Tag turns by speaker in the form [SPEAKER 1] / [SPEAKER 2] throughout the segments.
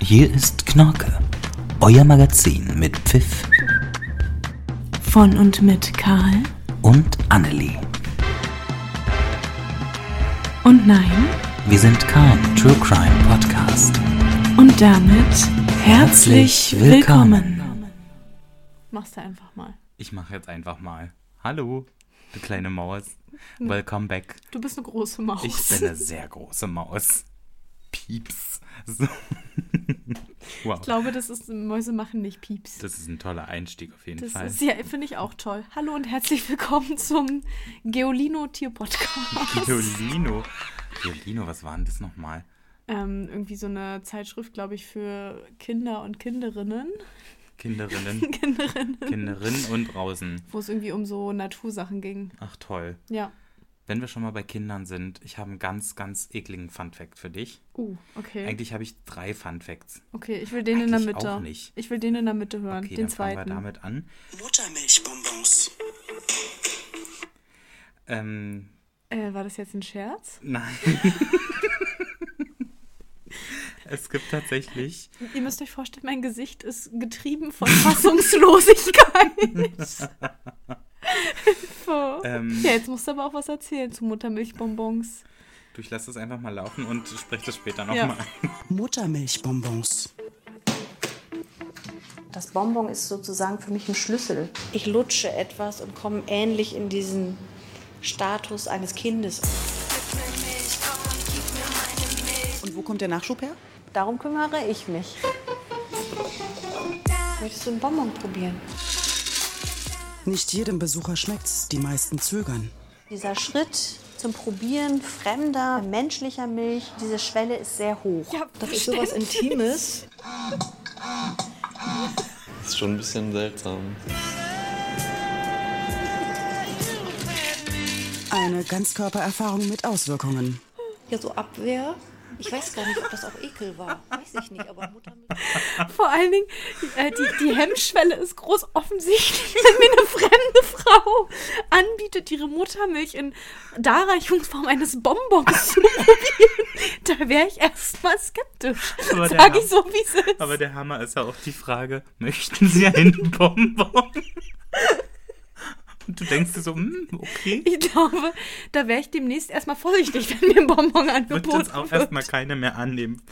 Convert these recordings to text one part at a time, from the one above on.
[SPEAKER 1] Hier ist Knorke, euer Magazin mit Pfiff
[SPEAKER 2] Von und mit Karl
[SPEAKER 1] und Annelie.
[SPEAKER 2] und Nein
[SPEAKER 1] Wir sind kein True Crime Podcast.
[SPEAKER 2] und damit herzlich
[SPEAKER 1] Herzlich willkommen.
[SPEAKER 2] willkommen. Machst du einfach mal.
[SPEAKER 1] Ich mache jetzt einfach mal. Hallo, du kleine Maus. Welcome back.
[SPEAKER 2] Du bist eine große Maus.
[SPEAKER 1] Ich bin eine sehr große Maus. Pieps. So. Wow,
[SPEAKER 2] Ich glaube, das ist Mäuse machen nicht Pieps.
[SPEAKER 1] das ist ein toller Einstieg auf jeden
[SPEAKER 2] Das
[SPEAKER 1] Fall.
[SPEAKER 2] ist ja, finde ich auch toll. Hallo und herzlich willkommen zum Geolino Tier Podcast.
[SPEAKER 1] Violino. Violino, was war denn das nochmal?
[SPEAKER 2] ähm, irgendwie so eine Zeitschrift, glaube ich, für Kinder und Kinderinnen,
[SPEAKER 1] Kinderinnen. Kinderinnen und draußen.
[SPEAKER 2] wo es irgendwie um so Natursachen ging.
[SPEAKER 1] Ach toll.
[SPEAKER 2] Ja.
[SPEAKER 1] Wenn wir schon mal bei Kindern sind, ich habe einen ganz, ganz ekligen Fun-Fact für dich.
[SPEAKER 2] Uh, okay.
[SPEAKER 1] Eigentlich habe ich drei Fun-Facts.
[SPEAKER 2] okay, ich will den in der
[SPEAKER 1] eigentlich
[SPEAKER 2] Mitte.
[SPEAKER 1] auch nicht.
[SPEAKER 2] Ich will den in der Mitte hören,
[SPEAKER 1] Okay,
[SPEAKER 2] den
[SPEAKER 1] dann fangen wir
[SPEAKER 2] zweiten.
[SPEAKER 1] damit an.
[SPEAKER 3] Muttermilchbonbons.
[SPEAKER 1] Ähm,
[SPEAKER 2] Äh, war das jetzt ein Scherz?
[SPEAKER 1] nein. es gibt tatsächlich,
[SPEAKER 2] Ihr müsst euch vorstellen, mein Gesicht ist getrieben von Fassungslosigkeit. so.
[SPEAKER 1] Ähm.
[SPEAKER 2] ja, jetzt musst du aber auch was erzählen zu Muttermilchbonbons.
[SPEAKER 1] du, ich lasse das einfach mal laufen und spreche das später
[SPEAKER 2] Ja.
[SPEAKER 1] nochmal. ein.
[SPEAKER 3] Muttermilchbonbons.
[SPEAKER 4] Das Bonbon ist sozusagen für mich ein Schlüssel. Ich lutsche etwas und komme ähnlich in diesen Status eines Kindes.
[SPEAKER 3] Und wo kommt der Nachschub her?
[SPEAKER 4] Darum kümmere ich mich. Möchtest du ein Bonbon probieren?
[SPEAKER 3] Nicht jedem Besucher schmeckt's, die meisten zögern.
[SPEAKER 4] Dieser Schritt zum Probieren fremder, menschlicher Milch, diese Schwelle ist sehr hoch.
[SPEAKER 2] Ja,
[SPEAKER 4] das ist sowas Intimes.
[SPEAKER 5] Ist schon ein bisschen seltsam.
[SPEAKER 3] Eine Ganzkörpererfahrung mit Auswirkungen.
[SPEAKER 4] Ja, so Abwehr. Ich weiß gar nicht, ob das auch Ekel war. Weiß ich nicht, aber Muttermilch.
[SPEAKER 2] Vor allen Dingen, äh, die, die Hemmschwelle ist groß offensichtlich, wenn mir eine fremde Frau anbietet, ihre Muttermilch in Darreichungsform eines Bonbons zu probieren. Da wäre ich erstmal skeptisch.
[SPEAKER 1] Aber der
[SPEAKER 2] Sag
[SPEAKER 1] Ham-
[SPEAKER 2] ich so, wie es ist.
[SPEAKER 1] Aber der Hammer ist ja auch die Frage, möchten sie einen Bonbon? Und du denkst dir so, hm, okay.
[SPEAKER 2] Ich glaube, da wäre ich demnächst erstmal vorsichtig, wenn mir ein Bonbon
[SPEAKER 1] Wird
[SPEAKER 2] angeboten
[SPEAKER 1] jetzt auch
[SPEAKER 2] wird.
[SPEAKER 1] erstmal keine mehr annehmen.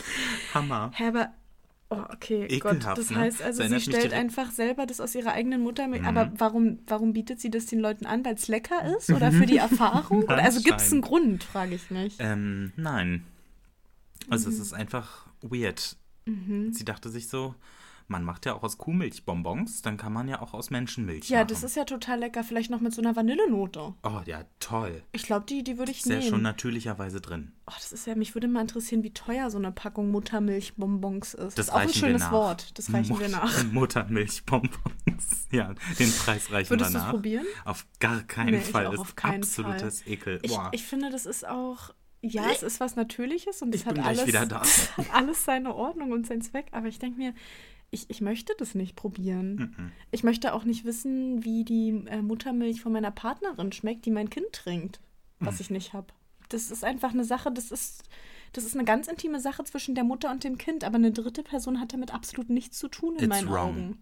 [SPEAKER 1] Hammer.
[SPEAKER 2] Hä, aber. Oh, okay, Gott.
[SPEAKER 1] Ekelhaft,
[SPEAKER 2] Das
[SPEAKER 1] ne?
[SPEAKER 2] heißt
[SPEAKER 1] Das
[SPEAKER 2] also, sie
[SPEAKER 1] erinnert mich
[SPEAKER 2] stellt
[SPEAKER 1] direkt- Mhm.
[SPEAKER 2] einfach selber das aus ihrer eigenen Muttermilch. Aber warum, warum bietet sie das den Leuten an? Weil es lecker ist? Oder für die Erfahrung? Oder also gibt es einen
[SPEAKER 1] Anscheinend.
[SPEAKER 2] Grund, frage ich mich.
[SPEAKER 1] Ähm, nein. Also
[SPEAKER 2] Mhm.
[SPEAKER 1] es ist einfach weird. Sie dachte sich so, man macht ja auch aus Kuhmilch Bonbons, dann kann man ja auch aus Menschenmilch
[SPEAKER 2] Ja,
[SPEAKER 1] machen.
[SPEAKER 2] das ist ja total lecker. Vielleicht noch mit so einer Vanillenote.
[SPEAKER 1] Oh ja, toll.
[SPEAKER 2] Ich glaube, die, die würde ich
[SPEAKER 1] Ist ja schon
[SPEAKER 2] nehmen.
[SPEAKER 1] natürlicherweise drin.
[SPEAKER 2] Oh, das ist ja, mich würde mal interessieren, wie teuer so eine Packung Muttermilchbonbons ist.
[SPEAKER 1] Das
[SPEAKER 2] ist auch ein
[SPEAKER 1] reichen
[SPEAKER 2] schönes
[SPEAKER 1] wir nach.
[SPEAKER 2] Wort. Das reichen wir
[SPEAKER 1] Mut-
[SPEAKER 2] nach.
[SPEAKER 1] Muttermilchbonbons. Ja, den Preis reichen
[SPEAKER 2] Würdest
[SPEAKER 1] wir
[SPEAKER 2] du's
[SPEAKER 1] nach.
[SPEAKER 2] probieren?
[SPEAKER 1] Auf gar keinen
[SPEAKER 2] Nee, ich
[SPEAKER 1] Fall.
[SPEAKER 2] auch
[SPEAKER 1] das
[SPEAKER 2] auf
[SPEAKER 1] ist
[SPEAKER 2] keinen
[SPEAKER 1] absolutes Ekel.
[SPEAKER 2] Ich,
[SPEAKER 1] Boah.
[SPEAKER 2] ich finde, das ist auch, ja, es ist was Natürliches und es
[SPEAKER 1] Ich
[SPEAKER 2] hat
[SPEAKER 1] bin gleich
[SPEAKER 2] alles,
[SPEAKER 1] wieder da.
[SPEAKER 2] es hat alles seine Ordnung und seinen Zweck. Aber ich denke mir, ich, ich möchte das nicht probieren.
[SPEAKER 1] Mhm.
[SPEAKER 2] Ich möchte auch nicht wissen, wie die äh, Muttermilch von meiner Partnerin schmeckt, die mein Kind trinkt, was
[SPEAKER 1] Mhm.
[SPEAKER 2] ich nicht habe. Das ist einfach eine Sache, das ist, das ist eine ganz intime Sache zwischen der Mutter und dem Kind, aber eine dritte Person hat damit absolut nichts zu tun in
[SPEAKER 1] It's
[SPEAKER 2] meinen
[SPEAKER 1] wrong.
[SPEAKER 2] Augen.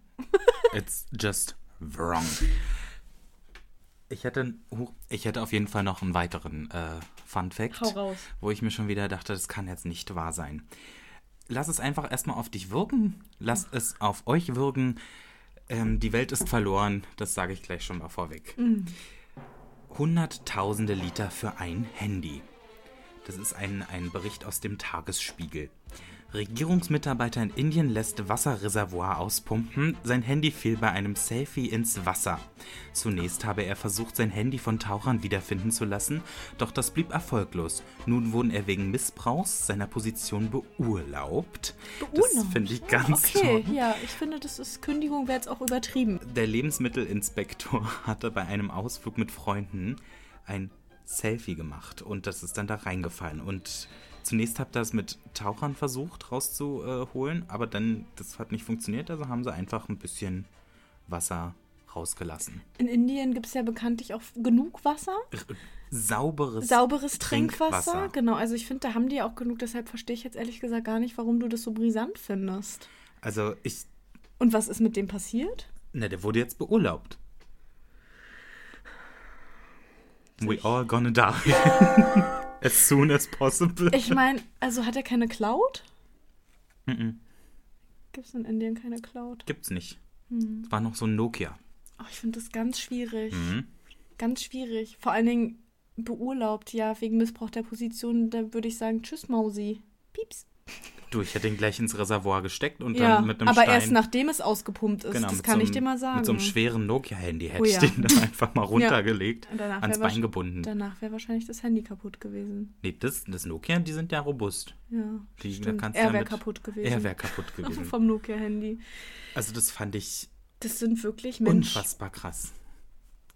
[SPEAKER 1] It's just wrong. Ich hätte, oh, ich hätte auf jeden Fall noch einen weiteren äh, Fun Fact,
[SPEAKER 2] Hau raus.
[SPEAKER 1] wo ich mir schon wieder dachte, das kann jetzt nicht wahr sein. Lass es einfach erstmal auf dich wirken. Lass es auf euch wirken. Ähm, die Welt ist verloren. Das sage ich gleich schon mal vorweg. Hunderttausende Liter für ein Handy. Das ist ein, ein Bericht aus dem Tagesspiegel. Regierungsmitarbeiter in Indien lässt Wasserreservoir auspumpen. Sein Handy fiel bei einem Selfie ins Wasser. Zunächst habe er versucht, sein Handy von Tauchern wiederfinden zu lassen, doch das blieb erfolglos. Nun wurden er wegen Missbrauchs seiner Position beurlaubt. Das
[SPEAKER 2] Beurlaubt?
[SPEAKER 1] finde ich ganz
[SPEAKER 2] Okay,
[SPEAKER 1] toll.
[SPEAKER 2] ja, ich finde, das ist Kündigung wäre jetzt auch übertrieben.
[SPEAKER 1] Der Lebensmittelinspektor hatte bei einem Ausflug mit Freunden ein Selfie gemacht und das ist dann da reingefallen. Und zunächst habt ihr es mit Tauchern versucht rauszuholen, aber dann, das hat nicht funktioniert, also haben sie einfach ein bisschen Wasser rausgelassen.
[SPEAKER 2] In Indien gibt es ja bekanntlich auch genug Wasser,
[SPEAKER 1] Sauberes.
[SPEAKER 2] sauberes Trinkwasser.
[SPEAKER 1] Trinkwasser.
[SPEAKER 2] Genau, also ich finde, da haben die ja auch genug. Deshalb verstehe ich jetzt ehrlich gesagt gar nicht, warum du das so brisant findest.
[SPEAKER 1] also ich,
[SPEAKER 2] Und was ist mit dem passiert?
[SPEAKER 1] na, der wurde jetzt beurlaubt. We all gonna die. as soon as possible.
[SPEAKER 2] Ich meine, also hat er keine Cloud? Gibt es in Indien keine Cloud?
[SPEAKER 1] Gibt's nicht.
[SPEAKER 2] Hm.
[SPEAKER 1] Es war noch so ein Nokia.
[SPEAKER 2] Oh, ich finde das ganz schwierig.
[SPEAKER 1] Mhm.
[SPEAKER 2] Ganz schwierig. Vor allen Dingen beurlaubt, ja, wegen Missbrauch der Position. Da würde ich sagen, tschüss, Mausi. Pieps.
[SPEAKER 1] Du, ich hätte ihn gleich ins Reservoir gesteckt und
[SPEAKER 2] ja,
[SPEAKER 1] dann mit einem
[SPEAKER 2] aber
[SPEAKER 1] Stein. genau,
[SPEAKER 2] erst nachdem es ausgepumpt ist. das
[SPEAKER 1] mit
[SPEAKER 2] kann
[SPEAKER 1] so
[SPEAKER 2] ich
[SPEAKER 1] einem-
[SPEAKER 2] dir mal sagen.
[SPEAKER 1] Mit so einem schweren Nokia-Handy hätte
[SPEAKER 2] Oh
[SPEAKER 1] ich
[SPEAKER 2] ja.
[SPEAKER 1] den dann einfach mal runtergelegt,
[SPEAKER 2] Und danach
[SPEAKER 1] ans
[SPEAKER 2] wär wahrsch-
[SPEAKER 1] Bein gebunden.
[SPEAKER 2] Danach wäre wahrscheinlich das Handy kaputt gewesen.
[SPEAKER 1] nee, das, das Nokia, die sind ja robust.
[SPEAKER 2] Ja,
[SPEAKER 1] Die, da
[SPEAKER 2] stimmt.
[SPEAKER 1] kannst du
[SPEAKER 2] Er wäre
[SPEAKER 1] damit-
[SPEAKER 2] kaputt gewesen.
[SPEAKER 1] Er wäre kaputt gewesen.
[SPEAKER 2] Vom Nokia-Handy.
[SPEAKER 1] Also das fand ich
[SPEAKER 2] Das sind wirklich Menschen.
[SPEAKER 1] unfassbar krass.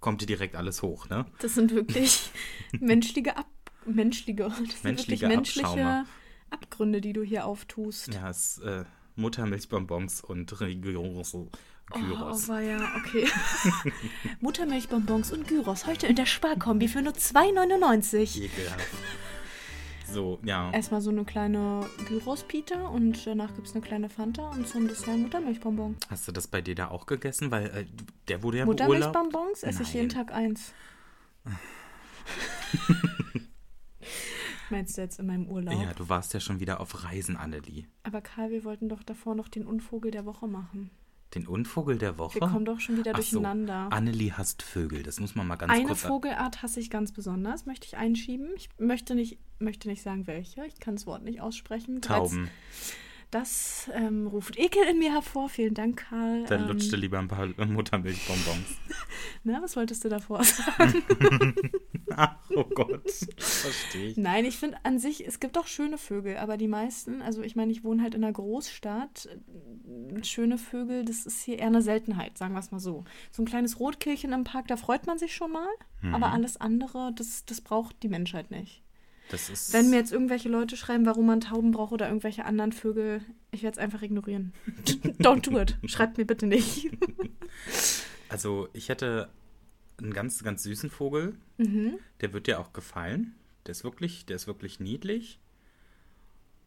[SPEAKER 1] Kommt dir direkt alles hoch, ne?
[SPEAKER 2] Das sind wirklich menschliche Ab menschliche, das sind
[SPEAKER 1] Menschliche
[SPEAKER 2] wirklich menschliche
[SPEAKER 1] Abschaumer.
[SPEAKER 2] Abgründe, die du hier auftust.
[SPEAKER 1] Ja, es äh, Muttermilchbonbons und Regierungs Gyros.
[SPEAKER 2] Oh, war ja, okay. Muttermilchbonbons und Gyros heute in der Sparkombi für nur 2,99.
[SPEAKER 1] Ekelhaft. So, ja.
[SPEAKER 2] Erstmal so eine kleine Gyros-Pita und danach gibt es eine kleine Fanta und zum Dessert ein Muttermilchbonbon.
[SPEAKER 1] Hast du das bei dir da auch gegessen? Weil äh, der wurde ja beurlaubt.
[SPEAKER 2] Muttermilchbonbons esse ich jeden
[SPEAKER 1] Nein.
[SPEAKER 2] Tag eins. Meinst du jetzt in meinem Urlaub?
[SPEAKER 1] Ja, du warst ja schon wieder auf Reisen, Annelie.
[SPEAKER 2] Aber Karl, wir wollten doch davor noch den Unvogel der Woche machen.
[SPEAKER 1] Den Unvogel der Woche?
[SPEAKER 2] Wir kommen doch schon wieder
[SPEAKER 1] Ach
[SPEAKER 2] durcheinander.
[SPEAKER 1] So. Annelie hasst Vögel, das muss man mal ganz
[SPEAKER 2] Eine
[SPEAKER 1] kurz...
[SPEAKER 2] Vogelart hasse ich ganz besonders, möchte ich einschieben. Ich möchte nicht, möchte nicht sagen, welche. Ich kann das Wort nicht aussprechen. Bereits-
[SPEAKER 1] Tauben.
[SPEAKER 2] Das ähm, ruft Ekel in mir hervor. Vielen Dank, Karl.
[SPEAKER 1] Dann
[SPEAKER 2] ähm,
[SPEAKER 1] lutschte lieber ein paar Muttermilchbonbons.
[SPEAKER 2] Na, was wolltest du davor sagen?
[SPEAKER 1] Ach, oh Gott. Verstehe ich.
[SPEAKER 2] Nein, ich finde an sich, es gibt auch schöne Vögel, aber die meisten, also ich meine, ich wohne halt in einer Großstadt. äh, Schöne Vögel, das ist hier eher eine Seltenheit, sagen wir es mal so. So ein kleines Rotkehlchen im Park, da freut man sich schon mal, aber alles andere, das, das braucht die Menschheit nicht.
[SPEAKER 1] Das ist...
[SPEAKER 2] Wenn mir jetzt irgendwelche Leute schreiben, warum man Tauben braucht oder irgendwelche anderen Vögel, ich werde es einfach ignorieren. Don't do it. Schreibt mir bitte nicht.
[SPEAKER 1] Also ich hätte einen ganz, ganz süßen Vogel.
[SPEAKER 2] Mhm.
[SPEAKER 1] Der wird dir auch gefallen. Der ist wirklich, der ist wirklich niedlich.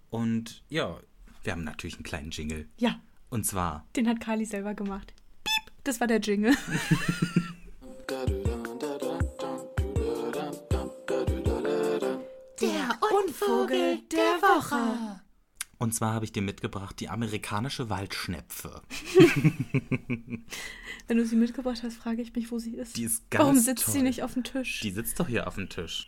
[SPEAKER 1] Und ja, wir haben natürlich einen kleinen Jingle.
[SPEAKER 2] Ja,
[SPEAKER 1] Und zwar
[SPEAKER 2] den hat Kali selber gemacht. Piep, das war der Jingle. Der Unvogel der Woche.
[SPEAKER 1] und zwar habe ich dir mitgebracht die amerikanische Waldschnepfe.
[SPEAKER 2] Wenn du sie mitgebracht hast, frage ich mich, wo sie ist.
[SPEAKER 1] Die ist ganz
[SPEAKER 2] Warum sitzt sie
[SPEAKER 1] toll.
[SPEAKER 2] nicht auf dem Tisch?
[SPEAKER 1] Die sitzt doch hier auf dem Tisch.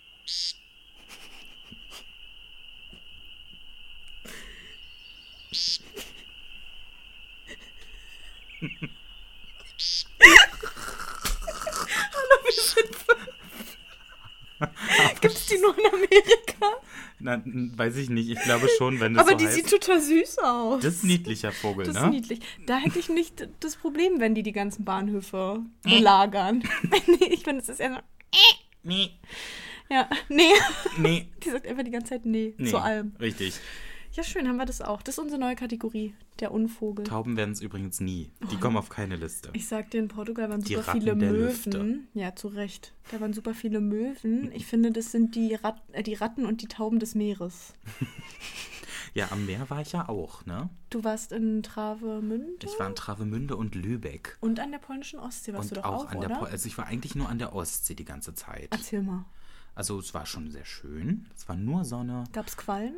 [SPEAKER 2] Gibt es die nur in Amerika?
[SPEAKER 1] Na, weiß ich nicht. Ich glaube schon, wenn das
[SPEAKER 2] Aber
[SPEAKER 1] so
[SPEAKER 2] die
[SPEAKER 1] heißt.
[SPEAKER 2] sieht total süß aus.
[SPEAKER 1] das ist ein niedlicher Vogel,
[SPEAKER 2] Das ist
[SPEAKER 1] ne?
[SPEAKER 2] niedlich. Da hätte ich nicht das Problem, wenn die die ganzen Bahnhöfe belagern. nee, ich finde, es ist eher so,
[SPEAKER 1] Nee,
[SPEAKER 2] ja, nee.
[SPEAKER 1] nee,
[SPEAKER 2] Die sagt einfach die ganze Zeit nee,
[SPEAKER 1] nee.
[SPEAKER 2] zu allem.
[SPEAKER 1] Richtig.
[SPEAKER 2] Ja, schön, haben wir das auch. Das ist unsere neue Kategorie, der Unvogel.
[SPEAKER 1] Tauben werden es übrigens nie. Die kommen auf keine Liste.
[SPEAKER 2] Ich sag dir, in Portugal waren
[SPEAKER 1] Die
[SPEAKER 2] super
[SPEAKER 1] Ratten
[SPEAKER 2] viele
[SPEAKER 1] der
[SPEAKER 2] Möwen.
[SPEAKER 1] Lüfte.
[SPEAKER 2] Ja, zu Recht. Da waren super viele Möwen. Ich finde, das sind die, Rat äh, die Ratten und die Tauben des Meeres.
[SPEAKER 1] Ja, am Meer war ich ja auch, ne?
[SPEAKER 2] Du warst in Travemünde
[SPEAKER 1] Ich war in Travemünde und Lübeck.
[SPEAKER 2] und an der polnischen Ostsee warst du
[SPEAKER 1] und
[SPEAKER 2] doch
[SPEAKER 1] auch
[SPEAKER 2] auch,
[SPEAKER 1] an der
[SPEAKER 2] oder?
[SPEAKER 1] Po- Also ich war eigentlich nur an der Ostsee die ganze Zeit.
[SPEAKER 2] Erzähl mal,
[SPEAKER 1] Also es war schon sehr schön. Es war nur Sonne.
[SPEAKER 2] gab's Quallen?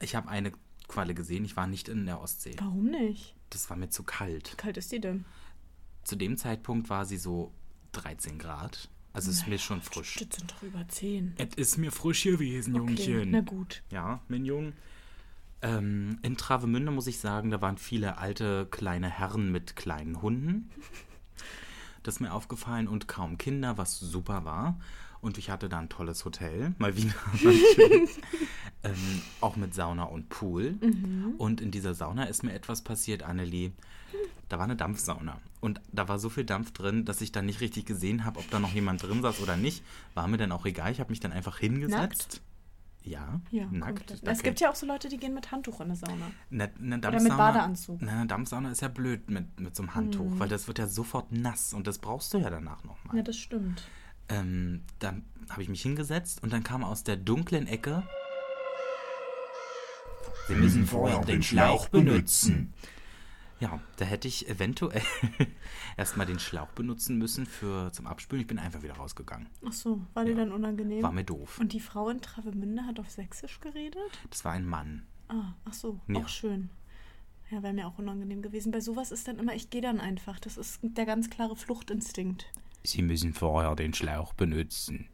[SPEAKER 1] Ich habe eine Qualle gesehen. Ich war nicht in der Ostsee.
[SPEAKER 2] Warum nicht?
[SPEAKER 1] Das war mir zu kalt.
[SPEAKER 2] Wie kalt ist die denn?
[SPEAKER 1] Zu dem Zeitpunkt war sie so 13 Grad. Also es ist mir schon frisch.
[SPEAKER 2] Das sind doch über 10.
[SPEAKER 1] Es ist mir frisch gewesen,
[SPEAKER 2] Okay, na gut.
[SPEAKER 1] Ja, mein Junge. Ähm, in Travemünde muss ich sagen, da waren viele alte kleine Herren mit kleinen Hunden. Das ist mir aufgefallen und kaum Kinder, was super war. Und ich hatte da ein tolles Hotel, mal wieder. ähm, auch mit Sauna und Pool. Und in dieser Sauna ist mir etwas passiert, Annelie. Da war eine Dampfsauna. Und da war so viel Dampf drin, dass ich dann nicht richtig gesehen habe, ob da noch jemand drin saß oder nicht. War mir dann auch egal. Ich habe mich dann einfach hingesetzt. Ja,
[SPEAKER 2] Ja,
[SPEAKER 1] nackt.
[SPEAKER 2] komplett.
[SPEAKER 1] da
[SPEAKER 2] Es gibt
[SPEAKER 1] kennt-
[SPEAKER 2] ja auch so Leute, die gehen mit Handtuch in eine Sauna.
[SPEAKER 1] Ne, ne
[SPEAKER 2] mit
[SPEAKER 1] Dampfsauna-
[SPEAKER 2] Badeanzug. Mhm.
[SPEAKER 1] Ne, eine Dampfsauna ist ja blöd mit, mit so einem Handtuch, weil das wird ja sofort nass und das brauchst du ja danach nochmal.
[SPEAKER 2] Ja, das stimmt.
[SPEAKER 1] Ähm, dann habe ich mich hingesetzt und dann kam aus der dunklen Ecke. Sie müssen vorher Hm, den Schlauch benutzen. Ja, da hätte ich eventuell erstmal den Schlauch benutzen müssen für zum Abspülen. Ich bin einfach wieder rausgegangen.
[SPEAKER 2] Ach so, war dir dann unangenehm?
[SPEAKER 1] War mir doof.
[SPEAKER 2] Und die Frau in Travemünde hat auf Sächsisch geredet?
[SPEAKER 1] Das war ein Mann.
[SPEAKER 2] Ah, ach so,
[SPEAKER 1] Ja.
[SPEAKER 2] auch schön. Ja, wäre mir auch unangenehm gewesen. Bei sowas ist dann immer, ich gehe dann einfach. Das ist der ganz klare Fluchtinstinkt.
[SPEAKER 1] Sie müssen vorher den Schlauch benutzen.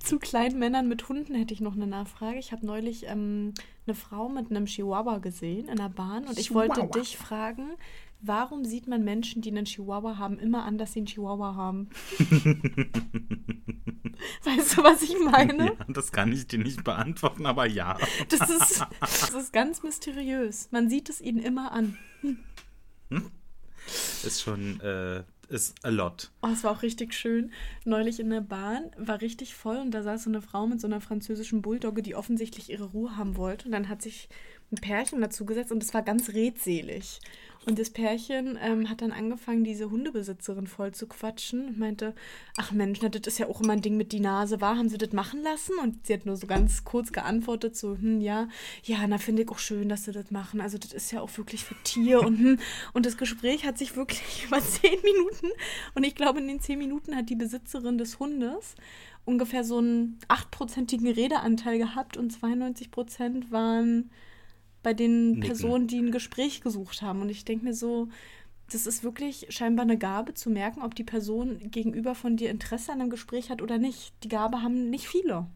[SPEAKER 2] Zu kleinen Männern mit Hunden hätte ich noch eine Nachfrage. Ich habe neulich ähm, eine Frau mit einem Chihuahua gesehen in der Bahn und ich wollte dich fragen, warum sieht man Menschen, die einen Chihuahua haben, immer an, dass sie einen Chihuahua haben? weißt du, was ich meine?
[SPEAKER 1] Ja, das kann ich dir nicht beantworten, aber ja.
[SPEAKER 2] Das, ist, das ist ganz mysteriös. Man sieht es ihnen immer an.
[SPEAKER 1] Ist schon, äh, ist a lot.
[SPEAKER 2] Oh, es war auch richtig schön. Neulich in der Bahn war richtig voll und da saß so eine Frau mit so einer französischen Bulldogge, die offensichtlich ihre Ruhe haben wollte. Und dann hat sich ein Pärchen dazugesetzt und es war ganz redselig. Und das Pärchen ähm, hat dann angefangen, diese Hundebesitzerin voll zu quatschen und meinte, ach Mensch, na, das ist ja auch immer ein Ding mit die Nase, war, haben sie das machen lassen? Und sie hat nur so ganz kurz geantwortet, so, hm, ja, ja, na, finde ich auch schön, dass sie das machen. Also das ist ja auch wirklich für Tier und hm. Und das Gespräch hat sich wirklich über zehn Minuten und ich glaube, in den zehn Minuten hat die Besitzerin des Hundes ungefähr so einen achtprozentigen Redeanteil gehabt und 92 Prozent waren bei den
[SPEAKER 1] Nicken.
[SPEAKER 2] Personen, die ein Gespräch gesucht haben. Und ich denke mir so, das ist wirklich scheinbar eine Gabe zu merken, ob die Person gegenüber von dir Interesse an einem Gespräch hat oder nicht. Die Gabe haben nicht viele,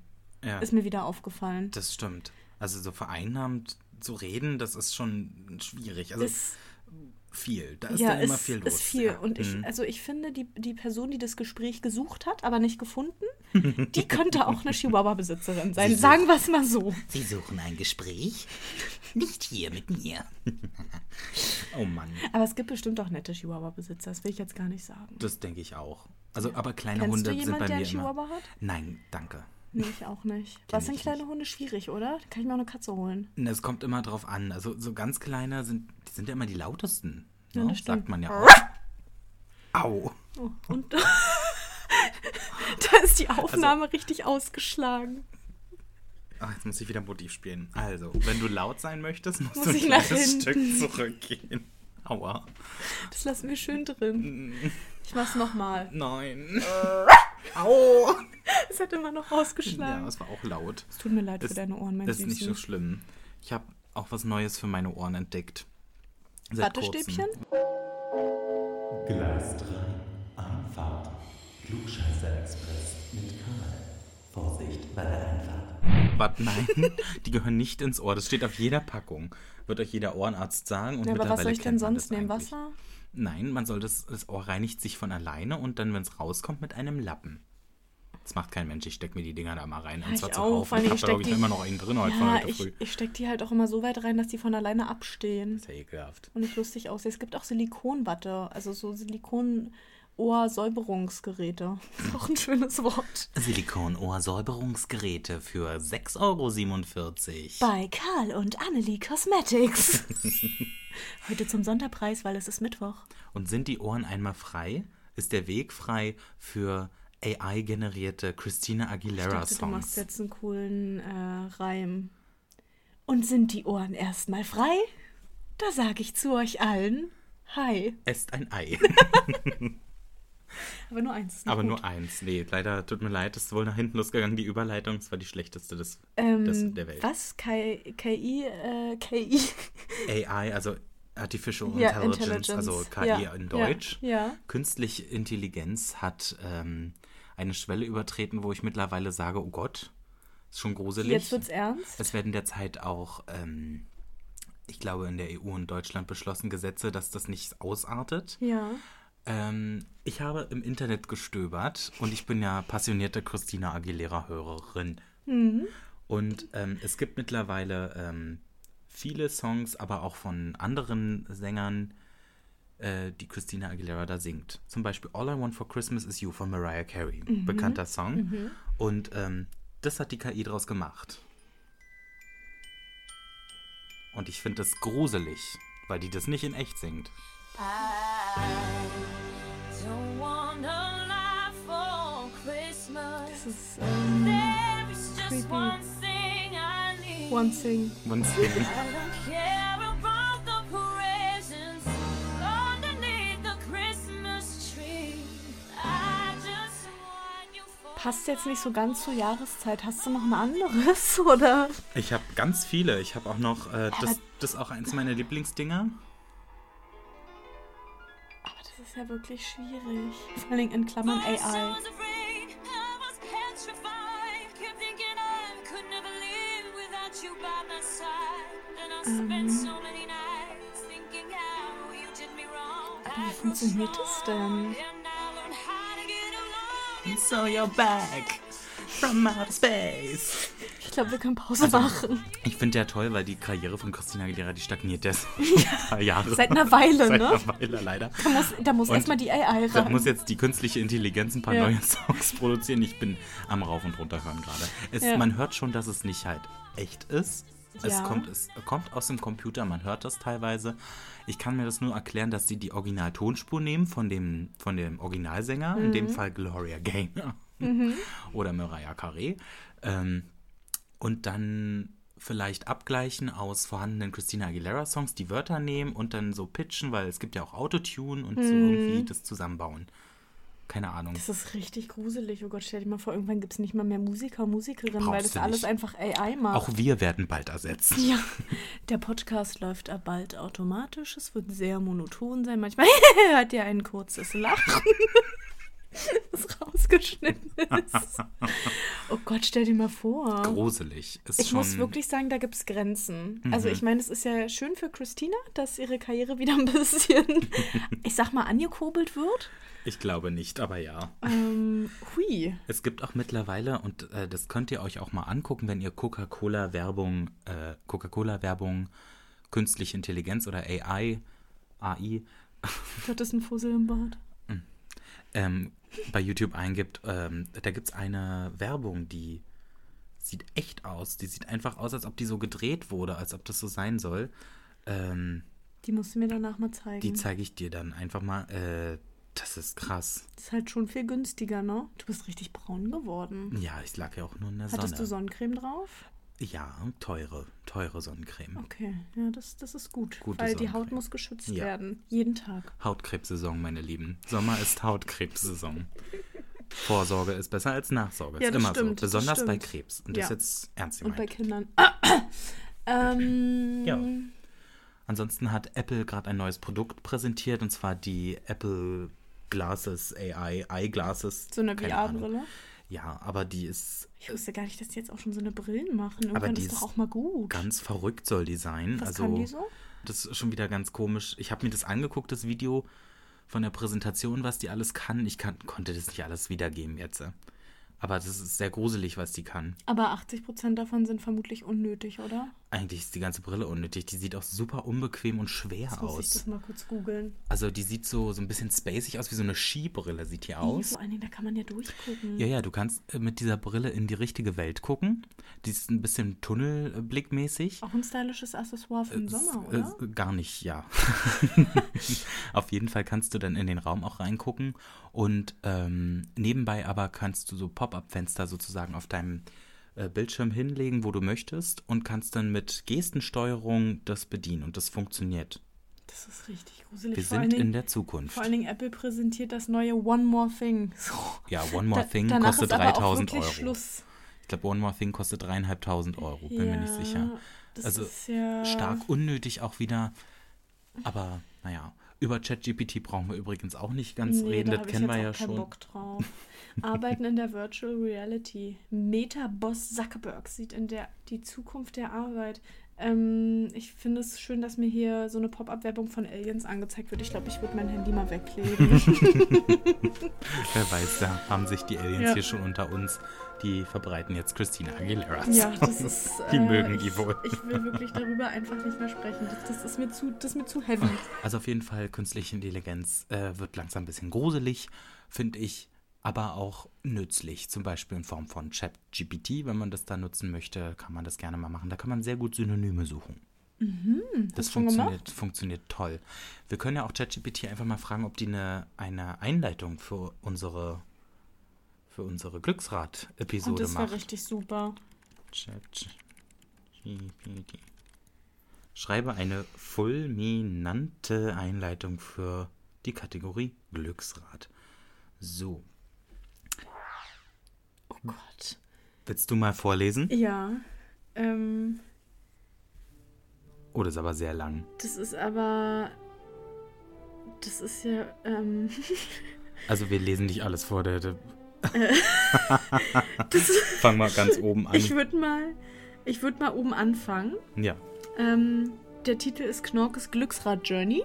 [SPEAKER 1] Ja.
[SPEAKER 2] ist mir wieder aufgefallen.
[SPEAKER 1] Das stimmt. Also so vereinnahmt zu reden, das ist schon schwierig. Also
[SPEAKER 2] Ist-
[SPEAKER 1] viel. Da ist
[SPEAKER 2] ja,
[SPEAKER 1] dann immer
[SPEAKER 2] ist,
[SPEAKER 1] viel los.
[SPEAKER 2] ist viel.
[SPEAKER 1] Ja.
[SPEAKER 2] Und ich,
[SPEAKER 1] Mhm.
[SPEAKER 2] also ich finde, die, die Person, die das Gespräch gesucht hat, aber nicht gefunden, die könnte auch eine Chihuahua-Besitzerin sein. Sagen wir es mal so.
[SPEAKER 1] Sie suchen ein Gespräch? Nicht hier mit mir. oh Mann.
[SPEAKER 2] Aber es gibt bestimmt auch nette Chihuahua-Besitzer, das will ich jetzt gar nicht sagen.
[SPEAKER 1] Das denke ich auch. Also, aber kleine
[SPEAKER 2] Kennst
[SPEAKER 1] Hunde
[SPEAKER 2] du
[SPEAKER 1] sind
[SPEAKER 2] jemanden,
[SPEAKER 1] bei
[SPEAKER 2] der
[SPEAKER 1] mir
[SPEAKER 2] einen
[SPEAKER 1] immer.
[SPEAKER 2] Chihuahua hat?
[SPEAKER 1] Nein, danke.
[SPEAKER 2] Nee, ich auch nicht. Was
[SPEAKER 1] ich
[SPEAKER 2] sind
[SPEAKER 1] nicht.
[SPEAKER 2] kleine Hunde schwierig, oder? Da kann ich mir auch eine Katze holen.
[SPEAKER 1] Es kommt immer drauf an. Also so ganz kleine sind, die sind ja immer die lautesten.
[SPEAKER 2] Ja,
[SPEAKER 1] ne?
[SPEAKER 2] das stimmt.
[SPEAKER 1] Sagt man ja auch. Au.
[SPEAKER 2] Oh, und da ist die Aufnahme richtig ausgeschlagen.
[SPEAKER 1] Ach, Ah, jetzt muss ich wieder Motiv spielen. Also, wenn du laut sein möchtest, musst
[SPEAKER 2] Muss
[SPEAKER 1] du ein
[SPEAKER 2] ich nach
[SPEAKER 1] kleines Stück
[SPEAKER 2] hinten.
[SPEAKER 1] zurückgehen. Aua.
[SPEAKER 2] Das lassen wir schön drin. Ich mach's nochmal.
[SPEAKER 1] Nein.
[SPEAKER 2] Äh,
[SPEAKER 1] Au.
[SPEAKER 2] Es hat immer noch
[SPEAKER 1] Ja,
[SPEAKER 2] ausgeschlagen.
[SPEAKER 1] es war auch laut.
[SPEAKER 2] es tut mir leid für
[SPEAKER 1] Ist-
[SPEAKER 2] deine Ohren, mein
[SPEAKER 1] Ist nicht so
[SPEAKER 2] Süßen.
[SPEAKER 1] schlimm. Ich habe auch was Neues für meine Ohren entdeckt. Seit kurzem.
[SPEAKER 2] Wattestäbchen?
[SPEAKER 6] Gleis 3, Einfahrt. Klugscheißer-Express mit Karl. Vorsicht bei der Einfahrt.
[SPEAKER 1] Aber nein, die gehören nicht ins Ohr. Das steht auf jeder Packung. Wird euch jeder Ohrenarzt sagen. Und
[SPEAKER 2] Ja, aber was
[SPEAKER 1] mittlerweile
[SPEAKER 2] soll ich denn
[SPEAKER 1] kennt man das
[SPEAKER 2] sonst nehmen?
[SPEAKER 1] eigentlich.
[SPEAKER 2] Wasser?
[SPEAKER 1] Nein, man soll das, das Ohr reinigt sich von alleine und dann, wenn es rauskommt, mit einem Lappen. Das macht kein Mensch. Ich steck mir die Dinger da mal rein. Und
[SPEAKER 2] Ja,
[SPEAKER 1] zwar
[SPEAKER 2] ich
[SPEAKER 1] zu
[SPEAKER 2] auch.
[SPEAKER 1] Haufen.
[SPEAKER 2] Vor allem,
[SPEAKER 1] Ich hab
[SPEAKER 2] ich
[SPEAKER 1] da,
[SPEAKER 2] steck
[SPEAKER 1] glaube ich,
[SPEAKER 2] die-
[SPEAKER 1] immer noch einen drin heute, von
[SPEAKER 2] Ja,
[SPEAKER 1] heute früh.
[SPEAKER 2] ich, ich steck die halt auch immer so weit rein, dass die von alleine abstehen
[SPEAKER 1] Das ist ja ekelhaft.
[SPEAKER 2] und nicht lustig aussehen. Es gibt auch Silikonwatte, also so Silikon-Ohr-Säuberungsgeräte. Ist auch ein schönes Wort.
[SPEAKER 1] Silikonohrsäuberungsgeräte für 6,47 Euro.
[SPEAKER 2] Bei Karl und Annelie Cosmetics. Heute zum Sonderpreis, weil es ist Mittwoch.
[SPEAKER 1] Und sind die Ohren einmal frei? Ist der Weg frei für AI-generierte Christina
[SPEAKER 2] dachte, du machst
[SPEAKER 1] Aguilera-Songs?
[SPEAKER 2] jetzt einen coolen äh, Reim. Und sind die Ohren erstmal frei? Da sage ich zu euch allen Hi.
[SPEAKER 1] Esst ein Ei.
[SPEAKER 2] Aber nur eins. ist nicht
[SPEAKER 1] Aber
[SPEAKER 2] gut.
[SPEAKER 1] nur eins. Nee, leider tut mir leid, es ist wohl nach hinten losgegangen. Die Überleitung, es war die schlechteste des, des,
[SPEAKER 2] ähm,
[SPEAKER 1] der Welt.
[SPEAKER 2] Was? KI? KI? Äh, KI?
[SPEAKER 1] AI, also Artificial
[SPEAKER 2] Ja,
[SPEAKER 1] Intelligence,
[SPEAKER 2] Intelligence.
[SPEAKER 1] also KI
[SPEAKER 2] Ja,
[SPEAKER 1] in
[SPEAKER 2] ja,
[SPEAKER 1] Deutsch.
[SPEAKER 2] ja.
[SPEAKER 1] Künstliche Intelligenz hat ähm, eine Schwelle übertreten, wo ich mittlerweile sage, oh Gott, ist schon gruselig.
[SPEAKER 2] Jetzt wird's ernst.
[SPEAKER 1] Es werden derzeit auch, ähm, ich glaube, in der EU und Deutschland beschlossen Gesetze, dass das nicht ausartet.
[SPEAKER 2] Ja.
[SPEAKER 1] Ähm, ich habe im Internet gestöbert und ich bin ja passionierte Christina Aguilera-Hörerin. Und ähm, es gibt mittlerweile ähm, viele Songs, aber auch von anderen Sängern, äh, die Christina Aguilera da singt. Zum Beispiel All I Want for Christmas is You von Mariah Carey, bekannter Song. Und ähm, das hat die KI draus gemacht. Und ich finde das gruselig, weil die das nicht in echt singt.
[SPEAKER 7] Don't want a lot for Christmas.
[SPEAKER 2] Das ist ähm,
[SPEAKER 7] There is just
[SPEAKER 2] Creepy.
[SPEAKER 7] one thing I need.
[SPEAKER 2] One Thing.
[SPEAKER 1] Und singen.
[SPEAKER 7] I don't care about the presents underneath the Christmas tree. I just want you for
[SPEAKER 2] Passt jetzt nicht so ganz zur Jahreszeit. Hast du noch ein anderes, oder?
[SPEAKER 1] Ich habe ganz viele. Ich habe auch noch, äh, das, das ist auch eins meiner Lieblingsdinger.
[SPEAKER 2] Aber das ist ja wirklich schwierig. Vor allem in Klammern AI.
[SPEAKER 7] sounds of rain. I was petrified. Kept thinking I could never live without you by my side. And I spent so many nights thinking how you did me wrong.
[SPEAKER 2] Aber wie funktioniert das denn?
[SPEAKER 7] And I learned how to get along.
[SPEAKER 1] And so you're back from outer space.
[SPEAKER 2] Ich glaube, wir können Pause
[SPEAKER 1] Also,
[SPEAKER 2] machen.
[SPEAKER 1] Ich finde ja toll, weil die Karriere von Christina Aguilera, die stagniert jetzt ein paar Jahre.
[SPEAKER 2] Seit einer Weile,
[SPEAKER 1] Seit
[SPEAKER 2] ne?
[SPEAKER 1] einer Weile, leider.
[SPEAKER 2] Da muss, da muss
[SPEAKER 1] Und
[SPEAKER 2] erstmal die AI
[SPEAKER 1] Da
[SPEAKER 2] ran.
[SPEAKER 1] muss jetzt die künstliche Intelligenz ein paar
[SPEAKER 2] Ja.
[SPEAKER 1] neue Songs produzieren. Ich bin am Rauf und Runterfahren gerade. Es,
[SPEAKER 2] Ja.
[SPEAKER 1] Man hört schon, dass es nicht halt echt ist. Es,
[SPEAKER 2] Ja.
[SPEAKER 1] kommt, es kommt aus dem Computer, man hört das teilweise. Ich kann mir das nur erklären, dass sie die Originaltonspur nehmen von dem, von dem Originalsänger, in
[SPEAKER 2] Mhm.
[SPEAKER 1] dem Fall Gloria Gaynor oder Mariah Carey. Ähm, und dann vielleicht abgleichen aus vorhandenen Christina Aguilera Songs, die Wörter nehmen und dann so pitchen, weil es gibt ja auch Autotune und so irgendwie das zusammenbauen. Keine Ahnung.
[SPEAKER 2] Mhm. Das ist richtig gruselig. Oh Gott, stell dir mal vor, irgendwann gibt es nicht mal mehr Musiker und Musikerinnen, weil
[SPEAKER 1] Brauchst
[SPEAKER 2] das
[SPEAKER 1] du
[SPEAKER 2] alles
[SPEAKER 1] nicht.
[SPEAKER 2] einfach AI macht.
[SPEAKER 1] Auch wir werden bald ersetzt.
[SPEAKER 2] Ja, der Podcast läuft ab bald automatisch. Es wird sehr monoton sein. Manchmal hört ihr ein kurzes Lachen, das rausgeschnitten ist. Oh Gott, stell dir mal vor.
[SPEAKER 1] Gruselig. Ist
[SPEAKER 2] ich
[SPEAKER 1] schon Mhm.
[SPEAKER 2] muss wirklich sagen, da gibt es Grenzen. Also ich meine, es ist ja schön für Christina, dass ihre Karriere wieder ein bisschen, ich sag mal, angekurbelt wird.
[SPEAKER 1] ich glaube nicht, aber ja.
[SPEAKER 2] Ähm, hui.
[SPEAKER 1] Es gibt auch mittlerweile, und äh, das könnt ihr euch auch mal angucken, wenn ihr Coca-Cola-Werbung, äh, Coca-Cola-Werbung, künstliche Intelligenz oder AI, AI,
[SPEAKER 2] Gott, ist ein Fussel im Bad.
[SPEAKER 1] ähm, bei YouTube eingibt, ähm, da gibt es eine Werbung, die sieht echt aus. Die sieht einfach aus, als ob die so gedreht wurde, als ob das so sein soll. Ähm,
[SPEAKER 2] Die musst du mir danach mal zeigen.
[SPEAKER 1] die zeige ich dir dann einfach mal. Äh, das ist krass.
[SPEAKER 2] ist halt schon viel günstiger, ne? Du bist richtig braun geworden.
[SPEAKER 1] Ja, ich lag ja auch nur in der
[SPEAKER 2] Hattest
[SPEAKER 1] Sonne.
[SPEAKER 2] du Sonnencreme drauf?
[SPEAKER 1] ja, teure, teure Sonnencreme.
[SPEAKER 2] Okay, ja, das, das ist gut.
[SPEAKER 1] Gute
[SPEAKER 2] weil die
[SPEAKER 1] Sonnencreme.
[SPEAKER 2] Haut muss geschützt
[SPEAKER 1] Ja.
[SPEAKER 2] werden. Jeden Tag.
[SPEAKER 1] Hautkrebssaison, meine Lieben. Sommer ist Hautkrebssaison. Vorsorge ist besser als Nachsorge.
[SPEAKER 2] Ja,
[SPEAKER 1] ist
[SPEAKER 2] das
[SPEAKER 1] immer
[SPEAKER 2] stimmt, das
[SPEAKER 1] so. Besonders bei
[SPEAKER 2] stimmt.
[SPEAKER 1] Krebs. Und das ist
[SPEAKER 2] Ja.
[SPEAKER 1] jetzt ernst
[SPEAKER 2] Und bei
[SPEAKER 1] gemeint.
[SPEAKER 2] Kindern. ähm,
[SPEAKER 1] Ja. Ansonsten hat Apple gerade ein neues Produkt präsentiert und zwar die Apple Glasses AI, Eyeglasses.
[SPEAKER 2] So eine
[SPEAKER 1] Keine Ahnung.
[SPEAKER 2] VR-Brille.
[SPEAKER 1] Ja, aber die ist
[SPEAKER 2] Ich wusste gar nicht, dass die jetzt auch schon so eine Brillen machen. Irgendwann
[SPEAKER 1] Aber die
[SPEAKER 2] ist doch
[SPEAKER 1] ist
[SPEAKER 2] auch mal gut.
[SPEAKER 1] ganz verrückt, soll die sein.
[SPEAKER 2] Was
[SPEAKER 1] also,
[SPEAKER 2] kann die so?
[SPEAKER 1] Das ist schon wieder ganz komisch. Ich habe mir das angeguckt, das Video von der Präsentation, was die alles kann. Ich kann, konnte das nicht alles wiedergeben jetzt. äh. Aber das ist sehr gruselig, was die kann.
[SPEAKER 2] Aber 80% davon sind vermutlich unnötig, oder?
[SPEAKER 1] Eigentlich ist die ganze Brille unnötig. Die sieht auch super unbequem und schwer
[SPEAKER 2] Jetzt muss ich
[SPEAKER 1] aus.
[SPEAKER 2] das mal kurz googeln.
[SPEAKER 1] Also die sieht so, so ein bisschen spacig aus, wie so eine Skibrille sieht die aus.
[SPEAKER 2] Vor allen Dingen, da kann man ja durchgucken.
[SPEAKER 1] Ja, ja, du kannst äh, mit dieser Brille in die richtige Welt gucken. Die ist ein bisschen tunnelblickmäßig.
[SPEAKER 2] Auch ein stylisches Accessoire für den Sommer,
[SPEAKER 1] Äh,
[SPEAKER 2] oder?
[SPEAKER 1] äh, Gar nicht, ja. Auf jeden Fall kannst du dann in den Raum auch reingucken und ähm, nebenbei aber kannst du so Pop-up-Fenster sozusagen auf deinem äh, Bildschirm hinlegen, wo du möchtest und kannst dann mit Gestensteuerung das bedienen und das funktioniert.
[SPEAKER 2] Das ist richtig gruselig.
[SPEAKER 1] Wir
[SPEAKER 2] Vor allen
[SPEAKER 1] sind in
[SPEAKER 2] Dingen-
[SPEAKER 1] der Zukunft.
[SPEAKER 2] Vor allen Dingen Apple präsentiert das neue One More Thing. So.
[SPEAKER 1] Ja, One More
[SPEAKER 2] Da-
[SPEAKER 1] Thing
[SPEAKER 2] danach
[SPEAKER 1] kostet
[SPEAKER 2] ist aber auch
[SPEAKER 1] 3000
[SPEAKER 2] wirklich
[SPEAKER 1] Euro.
[SPEAKER 2] Schluss.
[SPEAKER 1] Ich glaube, One More Thing kostet dreieinhalbtausend Euro, bin mir nicht
[SPEAKER 2] Ja,
[SPEAKER 1] sicher.
[SPEAKER 2] Das
[SPEAKER 1] Also,
[SPEAKER 2] ist ja
[SPEAKER 1] Stark unnötig auch wieder. Aber naja, über ChatGPT brauchen wir übrigens auch nicht ganz
[SPEAKER 2] Nee,
[SPEAKER 1] reden,
[SPEAKER 2] da
[SPEAKER 1] das
[SPEAKER 2] hab ich
[SPEAKER 1] kennen
[SPEAKER 2] jetzt
[SPEAKER 1] wir
[SPEAKER 2] auch
[SPEAKER 1] ja
[SPEAKER 2] keinen
[SPEAKER 1] schon.
[SPEAKER 2] Bock drauf. Arbeiten in der Virtual Reality. Meta-Boss Zuckerberg sieht in der die Zukunft der Arbeit Ähm, ich finde es schön, dass mir hier so eine Pop-Up-Werbung von Aliens angezeigt wird. Ich glaube, ich würde mein Handy mal wegkleben.
[SPEAKER 1] Wer weiß, da haben sich die Aliens
[SPEAKER 2] Ja.
[SPEAKER 1] hier schon unter uns. Die verbreiten jetzt Christina Aguilera.
[SPEAKER 2] ja, das ist.
[SPEAKER 1] Die
[SPEAKER 2] äh,
[SPEAKER 1] mögen die
[SPEAKER 2] ich,
[SPEAKER 1] wohl.
[SPEAKER 2] Ich will wirklich darüber einfach nicht mehr sprechen. Das, das, ist, mir zu, das ist mir zu heavy.
[SPEAKER 1] Also auf jeden Fall, künstliche Intelligenz äh, wird langsam ein bisschen gruselig, finde ich, aber auch nützlich. Zum Beispiel in Form von ChatGPT, wenn man das da nutzen möchte, kann man das gerne mal machen. Da kann man sehr gut Synonyme suchen. das
[SPEAKER 2] Mhm, schon gemacht?
[SPEAKER 1] funktioniert, funktioniert toll. Wir können ja auch ChatGPT einfach mal fragen, ob die eine, eine Einleitung für unsere, für unsere
[SPEAKER 2] Und
[SPEAKER 1] Glücksrad-Episode
[SPEAKER 2] Oh, das war
[SPEAKER 1] macht.
[SPEAKER 2] richtig super.
[SPEAKER 1] ChatGPT. Schreibe eine fulminante Einleitung für die Kategorie Glücksrad. So,
[SPEAKER 2] Oh Gott.
[SPEAKER 1] willst du mal vorlesen?
[SPEAKER 2] Ja. Ähm,
[SPEAKER 1] Oh, das ist aber sehr lang.
[SPEAKER 2] das ist aber. Das ist ja. Ähm,
[SPEAKER 1] Also wir lesen nicht alles vor. Der, der Fang mal ganz oben an.
[SPEAKER 2] ich würde mal. Ich würde mal oben anfangen.
[SPEAKER 1] Ja,
[SPEAKER 2] Ähm, der Titel ist Knorkes Glücksrad-Journey.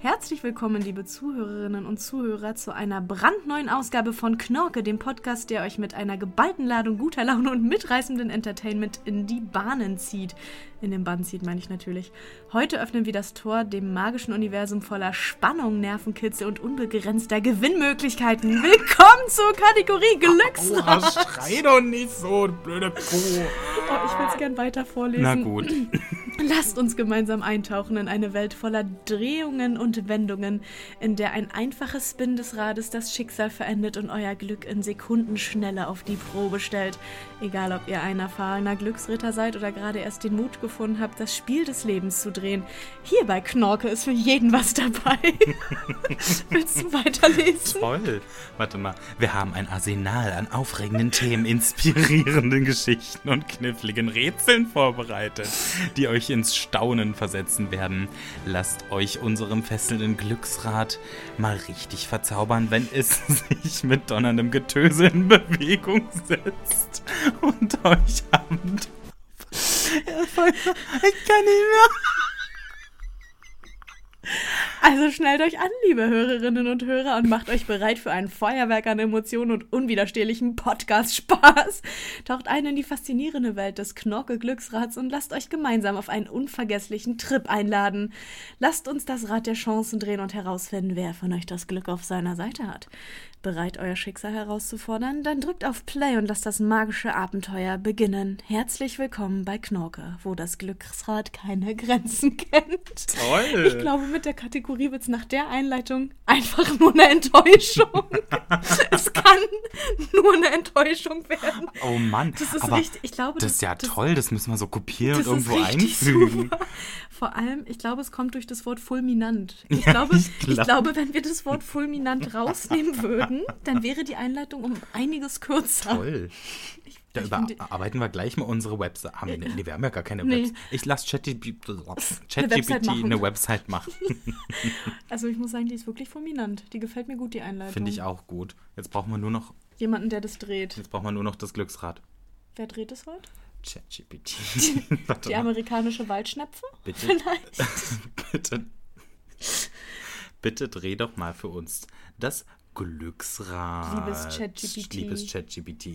[SPEAKER 2] Herzlich willkommen, liebe Zuhörerinnen und Zuhörer, zu einer brandneuen Ausgabe von Knorke, dem Podcast, der euch mit einer geballten Ladung guter Laune und mitreißendem Entertainment in die Bahnen zieht. In den Bann zieht, meine ich natürlich. Heute öffnen wir das Tor dem magischen Universum voller Spannung, Nervenkitzel und unbegrenzter Gewinnmöglichkeiten. Willkommen zur Kategorie Glücksrad.
[SPEAKER 1] Oha, schrei doch nicht so, du blöde Kuh.
[SPEAKER 2] Oh, ich will es gern weiter vorlesen.
[SPEAKER 1] Na gut.
[SPEAKER 2] Lasst uns gemeinsam eintauchen in eine Welt voller Drehungen und Wendungen, in der ein einfaches Spin des Rades das Schicksal verendet und euer Glück in Sekundenschnelle auf die Probe stellt. Egal, ob ihr ein erfahrener Glücksritter seid oder gerade erst den Mut gefunden habt, das Spiel des Lebens zu drehen. Hier bei Knorke ist für jeden was dabei. Willst du weiterlesen?
[SPEAKER 1] Toll. Warte mal, wir haben ein Arsenal an aufregenden Themen, inspirierenden Geschichten und kniffligen Rätseln vorbereitet, die euch ins Staunen versetzen werden. Lasst euch unserem fesselnden Glücksrad mal richtig verzaubern, wenn es sich mit donnerndem Getöse in Bewegung setzt und euch abend. Ich kann nicht
[SPEAKER 2] Also schnallt euch an, liebe Hörerinnen und Hörer, und macht euch bereit für ein Feuerwerk an Emotionen und unwiderstehlichen Podcast-Spaß. Taucht ein in die faszinierende Welt des Knorke-Glücksrads und lasst euch gemeinsam auf einen unvergesslichen Trip einladen. Lasst uns das Rad der Chancen drehen und herausfinden, wer von euch das Glück auf seiner Seite hat. Bereit, euer Schicksal herauszufordern? Dann drückt auf Play und lasst das magische Abenteuer beginnen. Herzlich willkommen bei Knorke, wo das Glücksrad keine Grenzen kennt.
[SPEAKER 1] mehr. Toll.
[SPEAKER 2] Ich glaube, mit der Kategorie wird es nach der Einleitung einfach nur eine Enttäuschung. es kann nur eine Enttäuschung werden.
[SPEAKER 1] Oh Mann,
[SPEAKER 2] Das ist
[SPEAKER 1] aber
[SPEAKER 2] richtig. Ich glaube,
[SPEAKER 1] das ist ja toll, das müssen wir so kopieren und
[SPEAKER 2] das ist
[SPEAKER 1] irgendwo
[SPEAKER 2] richtig
[SPEAKER 1] einfügen.
[SPEAKER 2] super. Vor allem, ich glaube, es kommt durch das Wort fulminant. Ich, glaube,
[SPEAKER 1] ich
[SPEAKER 2] ich,
[SPEAKER 1] glaub-
[SPEAKER 2] glaube, wenn wir das Wort fulminant rausnehmen würden, dann wäre die Einleitung um einiges kürzer.
[SPEAKER 1] Toll. Da
[SPEAKER 2] ich find-
[SPEAKER 1] überarbeiten wir gleich mal unsere Website. Haben wir, nee, wir haben ja gar keine
[SPEAKER 2] Nee.
[SPEAKER 1] Website. Ich lasse ChatGPT
[SPEAKER 2] Eine Website
[SPEAKER 1] ChatGPT
[SPEAKER 2] machen.
[SPEAKER 1] eine Website machen.
[SPEAKER 2] Also ich muss sagen, die ist wirklich fulminant. Die gefällt mir gut, die Einleitung.
[SPEAKER 1] Finde ich auch gut. Jetzt brauchen wir nur noch,
[SPEAKER 2] Jemanden, der das dreht.
[SPEAKER 1] jetzt brauchen wir nur noch das Glücksrad.
[SPEAKER 2] Wer dreht das heute?
[SPEAKER 1] ChatGPT.
[SPEAKER 2] Die
[SPEAKER 1] Warte mal,
[SPEAKER 2] amerikanische Waldschnepfe?
[SPEAKER 1] bitte,
[SPEAKER 2] Vielleicht.
[SPEAKER 1] bitte. Bitte dreh doch mal für uns das Glücksrad.
[SPEAKER 2] Liebes ChatGPT.
[SPEAKER 1] Liebes ChatGPT.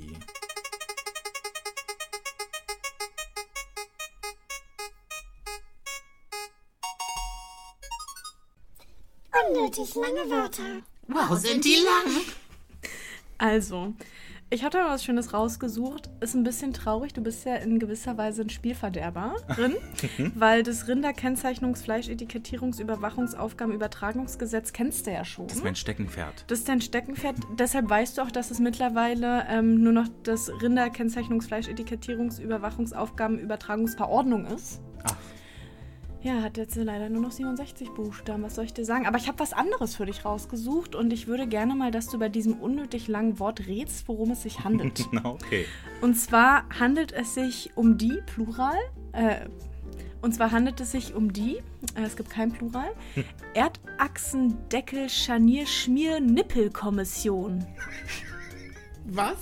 [SPEAKER 2] Also, ich habe da was Schönes rausgesucht. Ist ein bisschen traurig. Du bist ja in gewisser Weise ein Spielverderber drin, weil das Rinderkennzeichnungsfleisch, Etikettierungs-, Überwachungsaufgaben, Übertragungsgesetz kennst du ja schon.
[SPEAKER 1] Das ist mein Steckenpferd.
[SPEAKER 2] Das ist dein Steckenpferd. Deshalb weißt du auch, dass es mittlerweile ähm, nur noch das Rinderkennzeichnungsfleisch, Etikettierungs-, Überwachungsaufgaben, Übertragungsverordnung ist.
[SPEAKER 1] Ach.
[SPEAKER 2] Ja, hat jetzt leider nur noch 67 Buchstaben. Was soll ich dir sagen? Aber ich habe was anderes für dich rausgesucht und ich würde gerne mal, dass du bei diesem unnötig langen Wort rätst, worum es sich handelt.
[SPEAKER 1] Na, okay.
[SPEAKER 2] Und zwar handelt es sich um die, Plural. Äh, und zwar handelt es sich um die, äh, es gibt kein Plural, Erdachsendeckel Scharnier Schmier Nippelkommission.
[SPEAKER 1] Was?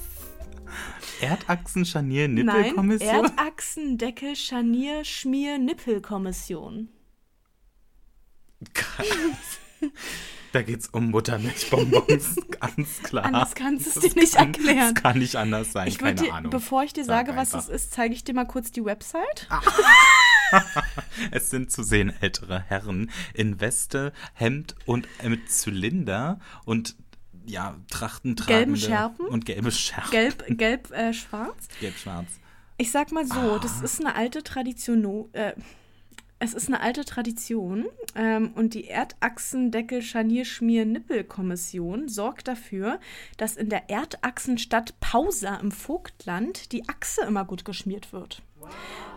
[SPEAKER 1] Erdachsen, Scharnier,
[SPEAKER 2] Nein,
[SPEAKER 1] Nippelkommission?
[SPEAKER 2] Erdachsendeckel, Scharnier, Schmier, Nippelkommission.
[SPEAKER 1] Krass. Da geht's um Buttermilchbonbons, ganz klar.
[SPEAKER 2] Anders kannst du es
[SPEAKER 1] Das
[SPEAKER 2] dir nicht
[SPEAKER 1] kann,
[SPEAKER 2] erklären.
[SPEAKER 1] Das kann nicht anders sein,
[SPEAKER 2] Ich
[SPEAKER 1] keine
[SPEAKER 2] würde dir,
[SPEAKER 1] Ahnung.
[SPEAKER 2] bevor ich dir
[SPEAKER 1] Sag
[SPEAKER 2] sage, was
[SPEAKER 1] einfach.
[SPEAKER 2] es ist, zeige ich dir mal kurz die Website.
[SPEAKER 1] Es sind zu sehen ältere Herren in Weste, Hemd und äh, mit Zylinder und ja, Trachten tragende
[SPEAKER 2] Gelben Schärpen?
[SPEAKER 1] und gelbe Schärpen.
[SPEAKER 2] Gelb, gelb, äh, schwarz.
[SPEAKER 1] Gelb-schwarz.
[SPEAKER 2] Ich sag mal so, das ist eine alte Tradition. Äh, es ist eine alte Tradition ähm, und die Erdachsendeckel Scharnier Schmier Nippel Kommission sorgt dafür, dass in der Erdachsenstadt Pausa im Vogtland die Achse immer gut geschmiert wird.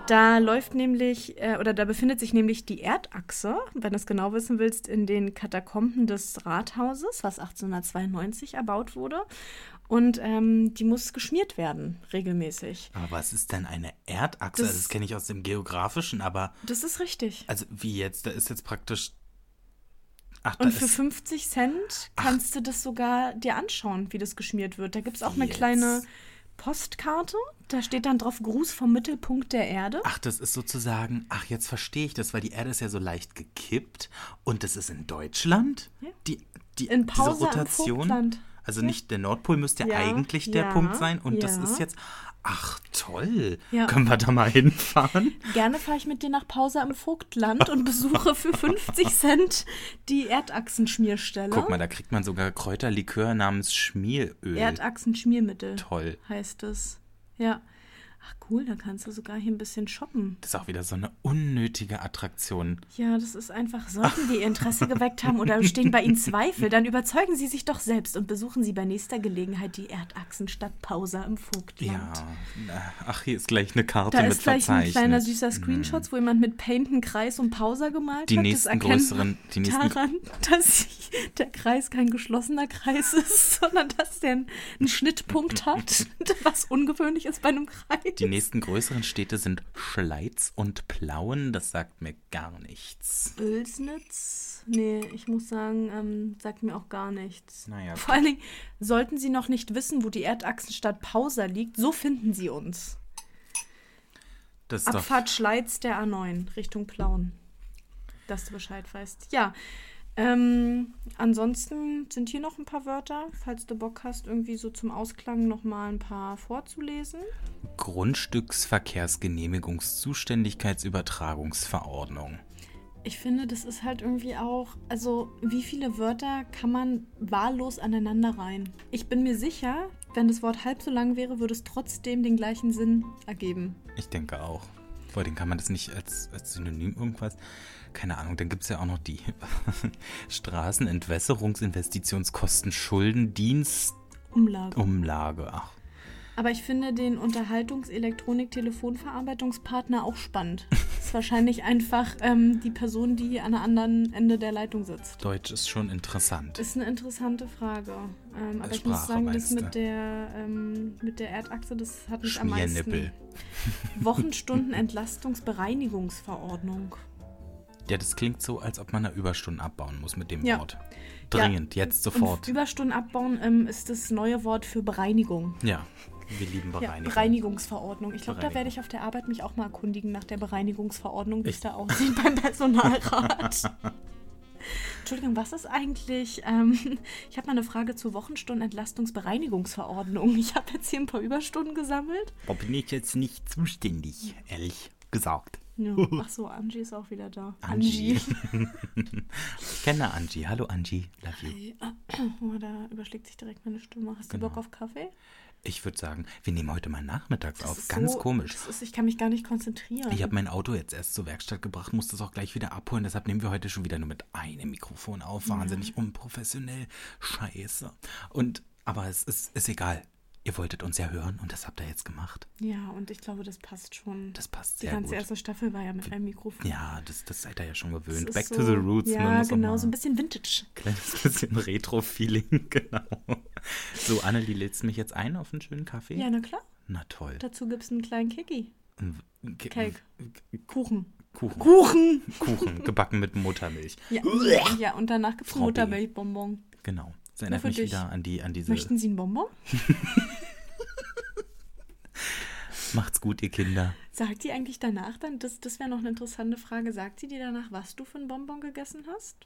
[SPEAKER 2] Da läuft nämlich äh, oder da befindet sich nämlich die Erdachse, wenn du es genau wissen willst, in den Katakomben des Rathauses, was 1892 erbaut wurde. Und ähm, die muss geschmiert werden, regelmäßig.
[SPEAKER 1] Aber was ist denn eine Erdachse?
[SPEAKER 2] Das-
[SPEAKER 1] also das kenne ich aus dem Geografischen, aber
[SPEAKER 2] Das ist richtig.
[SPEAKER 1] also wie jetzt? Da ist jetzt praktisch. Ach, da
[SPEAKER 2] Und für
[SPEAKER 1] ist
[SPEAKER 2] 50 Cent kannst du das sogar dir anschauen, wie das geschmiert wird. Da gibt es auch eine
[SPEAKER 1] Jetzt.
[SPEAKER 2] kleine Postkarte. Da steht dann drauf Gruß vom Mittelpunkt der Erde.
[SPEAKER 1] Ach, das ist sozusagen, ach, jetzt verstehe ich das, weil die Erde ist ja so leicht gekippt und das ist in Deutschland?
[SPEAKER 2] Ja.
[SPEAKER 1] Die, die,
[SPEAKER 2] In Pausa
[SPEAKER 1] diese
[SPEAKER 2] am
[SPEAKER 1] Rotation.
[SPEAKER 2] Vogtland.
[SPEAKER 1] also nicht der Nordpol müsste
[SPEAKER 2] Ja,
[SPEAKER 1] eigentlich der
[SPEAKER 2] ja,
[SPEAKER 1] Punkt sein und das
[SPEAKER 2] ja.
[SPEAKER 1] ist jetzt, ach toll,
[SPEAKER 2] Ja.
[SPEAKER 1] können wir da mal hinfahren?
[SPEAKER 2] Gerne fahre ich mit dir nach Pausa im Vogtland und besuche für 50 Cent die Erdachsenschmierstelle.
[SPEAKER 1] Guck mal, da kriegt man sogar Kräuterlikör namens Schmieröl.
[SPEAKER 2] Erdachsenschmiermittel
[SPEAKER 1] toll.
[SPEAKER 2] heißt es. Ja. Ach cool, da kannst du sogar hier ein bisschen shoppen.
[SPEAKER 1] Das ist auch wieder so eine unnötige Attraktion.
[SPEAKER 2] Ja, das ist einfach, sollten die ihr Interesse geweckt haben oder stehen bei ihnen Zweifel, dann überzeugen sie sich doch selbst und besuchen sie bei nächster Gelegenheit die Erdachsenstadt Pausa im
[SPEAKER 1] Ja,
[SPEAKER 2] Vogtland.
[SPEAKER 1] na, ach, hier ist gleich eine Karte
[SPEAKER 2] Da
[SPEAKER 1] mit
[SPEAKER 2] ist gleich ein
[SPEAKER 1] verzeichnet. Mhm.
[SPEAKER 2] kleiner süßer Screenshot, wo jemand mit Paint einen Kreis um Pausa gemalt
[SPEAKER 1] Die
[SPEAKER 2] hat.
[SPEAKER 1] nächsten
[SPEAKER 2] das erkennt
[SPEAKER 1] größeren- die nächsten-
[SPEAKER 2] man daran, dass der Kreis kein geschlossener Kreis ist, sondern dass der einen, einen Schnittpunkt hat, was ungewöhnlich ist bei einem Kreis.
[SPEAKER 1] Die nächsten größeren Städte sind Schleiz und Plauen. Das sagt mir gar nichts.
[SPEAKER 2] Bülsnitz? Nee, ich muss sagen, ähm, sagt mir auch gar nichts.
[SPEAKER 1] Naja.
[SPEAKER 2] Vor allen Dingen, sollten Sie noch nicht wissen, wo die Erdachsenstadt Pausa liegt, so finden Sie uns.
[SPEAKER 1] Das ist
[SPEAKER 2] Abfahrt Schleiz der A9 Richtung Plauen. Dass du Bescheid weißt. Ja. Ähm, ansonsten sind hier noch ein paar Wörter, falls du Bock hast, irgendwie so zum Ausklang nochmal ein paar vorzulesen.
[SPEAKER 1] doch Grundstücksverkehrsgenehmigungszuständigkeitsübertragungsverordnung.
[SPEAKER 2] Ich finde, das ist halt irgendwie auch, also wie viele Wörter kann man wahllos aneinander rein? Ich bin mir sicher, wenn das Wort halb so lang wäre, würde es trotzdem den gleichen Sinn ergeben.
[SPEAKER 1] Ich denke auch. Vor allem kann man das nicht als, als Synonym irgendwas. Keine Ahnung, dann gibt es ja auch noch die Straßenentwässerungsinvestitionskosten Schuldendienstumlage.
[SPEAKER 2] Umlage.
[SPEAKER 1] Oh. Ach,
[SPEAKER 2] Aber ich finde den Unterhaltungs-Elektronik-Telefonverarbeitungspartner auch spannend. ist wahrscheinlich einfach ähm, die Person, die an einem anderen Ende der Leitung sitzt.
[SPEAKER 1] Deutsch ist schon interessant.
[SPEAKER 2] Ist eine interessante Frage. Ähm, aber
[SPEAKER 1] Als
[SPEAKER 2] ich muss
[SPEAKER 1] Sprache
[SPEAKER 2] sagen, das
[SPEAKER 1] meinst du?
[SPEAKER 2] mit der, ähm, mit der Erdachse, das hat mich am meisten.
[SPEAKER 1] Schmiernippel.
[SPEAKER 2] Wochenstundenentlastungsbereinigungsverordnung.
[SPEAKER 1] Ja, das klingt so, als ob man da Überstunden abbauen muss mit dem
[SPEAKER 2] Ja.
[SPEAKER 1] Wort. Dringend, jetzt sofort.
[SPEAKER 2] Und Überstunden abbauen ähm, ist das neue Wort für Bereinigung.
[SPEAKER 1] Ja, wir lieben
[SPEAKER 2] Ja,
[SPEAKER 1] Bereinigung.
[SPEAKER 2] Bereinigungsverordnung. Ich glaube, da
[SPEAKER 1] Bereinigung.
[SPEAKER 2] werde ich auf der Arbeit mich auch mal erkundigen nach der Bereinigungsverordnung, wie es da aussieht beim Personalrat. Entschuldigung, was ist eigentlich? Ähm, ich habe mal eine Frage zur Wochenstundenentlastungsbereinigungsverordnung. Ich habe jetzt hier ein paar Überstunden gesammelt.
[SPEAKER 1] Da bin ich jetzt nicht zuständig, ehrlich gesagt.
[SPEAKER 2] Ja. Ach so, Angie ist auch wieder da.
[SPEAKER 1] Angie. Ich kenne Angie. Hallo Angie, love you.
[SPEAKER 2] Oh, da überschlägt sich direkt meine Stimme. Hast
[SPEAKER 1] Genau.
[SPEAKER 2] du Bock auf Kaffee?
[SPEAKER 1] Ich würde sagen, wir nehmen heute mal nachmittags
[SPEAKER 2] Das
[SPEAKER 1] auf.
[SPEAKER 2] ist
[SPEAKER 1] Ganz
[SPEAKER 2] so-
[SPEAKER 1] komisch.
[SPEAKER 2] Das ist, ich kann mich gar nicht konzentrieren.
[SPEAKER 1] Ich habe mein Auto jetzt erst zur Werkstatt gebracht, muss das auch gleich wieder abholen. Deshalb nehmen wir heute schon wieder nur mit einem Mikrofon auf. Wahnsinnig unprofessionell. Scheiße. Und, aber es ist, ist egal. Ihr wolltet uns ja hören und das habt ihr jetzt gemacht.
[SPEAKER 2] ja, und ich glaube, das passt schon.
[SPEAKER 1] Das passt
[SPEAKER 2] Die
[SPEAKER 1] sehr
[SPEAKER 2] ganze
[SPEAKER 1] gut.
[SPEAKER 2] erste Staffel war ja mit einem Mikrofon.
[SPEAKER 1] Ja, das, das seid ihr ja schon
[SPEAKER 2] Das
[SPEAKER 1] gewöhnt.
[SPEAKER 2] ist
[SPEAKER 1] Back
[SPEAKER 2] so,
[SPEAKER 1] to the roots. man
[SPEAKER 2] Ja,
[SPEAKER 1] muss auch
[SPEAKER 2] genau,
[SPEAKER 1] mal-
[SPEAKER 2] so ein bisschen Vintage.
[SPEAKER 1] Kleines bisschen Retro-Feeling, genau. So, Annelie, lädst du mich jetzt ein auf einen schönen Kaffee?
[SPEAKER 2] Ja, na klar.
[SPEAKER 1] Na toll.
[SPEAKER 2] Dazu gibt es einen kleinen Kiki.
[SPEAKER 1] K-
[SPEAKER 2] Cake. Kuchen.
[SPEAKER 1] Kuchen.
[SPEAKER 2] Kuchen!
[SPEAKER 1] Kuchen, gebacken mit Muttermilch.
[SPEAKER 2] Ja, ja und danach gibt es
[SPEAKER 1] Frau B.
[SPEAKER 2] Muttermilchbonbon.
[SPEAKER 1] Genau. Das
[SPEAKER 2] Nur
[SPEAKER 1] erinnert
[SPEAKER 2] für
[SPEAKER 1] mich
[SPEAKER 2] dich.
[SPEAKER 1] wieder an, die, an diese
[SPEAKER 2] Möchten Sie einen Bonbon?
[SPEAKER 1] Macht's gut, ihr Kinder.
[SPEAKER 2] Sagt die eigentlich danach dann, das, das wäre noch eine interessante Frage, sagt sie dir danach, was du für ein Bonbon gegessen hast?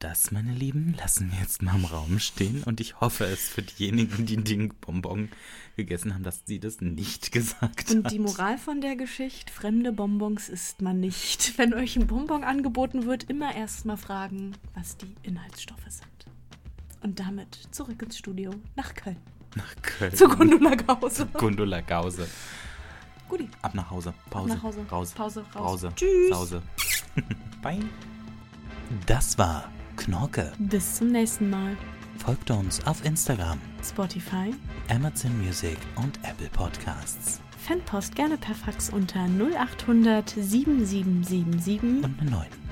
[SPEAKER 1] Das, meine Lieben, lassen wir jetzt mal im Raum stehen und ich hoffe es für diejenigen, die den Bonbon gegessen haben, dass sie das nicht gesagt
[SPEAKER 2] Und
[SPEAKER 1] hat.
[SPEAKER 2] die Moral von der Geschichte, fremde Bonbons isst man nicht. Wenn euch ein Bonbon angeboten wird, immer erst mal fragen, was die Inhaltsstoffe sind. Und damit zurück ins Studio nach Köln.
[SPEAKER 1] Nach Köln.
[SPEAKER 2] Zur Gundula Gause.
[SPEAKER 1] Gundula Gause.
[SPEAKER 2] Guti.
[SPEAKER 1] Ab nach Hause. Pause.
[SPEAKER 2] nach Hause.
[SPEAKER 1] Raus.
[SPEAKER 2] Pause, raus.
[SPEAKER 1] Pause.
[SPEAKER 2] Tschüss.
[SPEAKER 1] Pause. Bye. Das war Knorke.
[SPEAKER 2] Bis zum nächsten Mal.
[SPEAKER 1] Folgt uns auf Instagram,
[SPEAKER 2] Spotify.
[SPEAKER 1] Amazon Music und Apple Podcasts.
[SPEAKER 2] Fanpost gerne per Fax unter 0800 7777.
[SPEAKER 1] Und eine 9.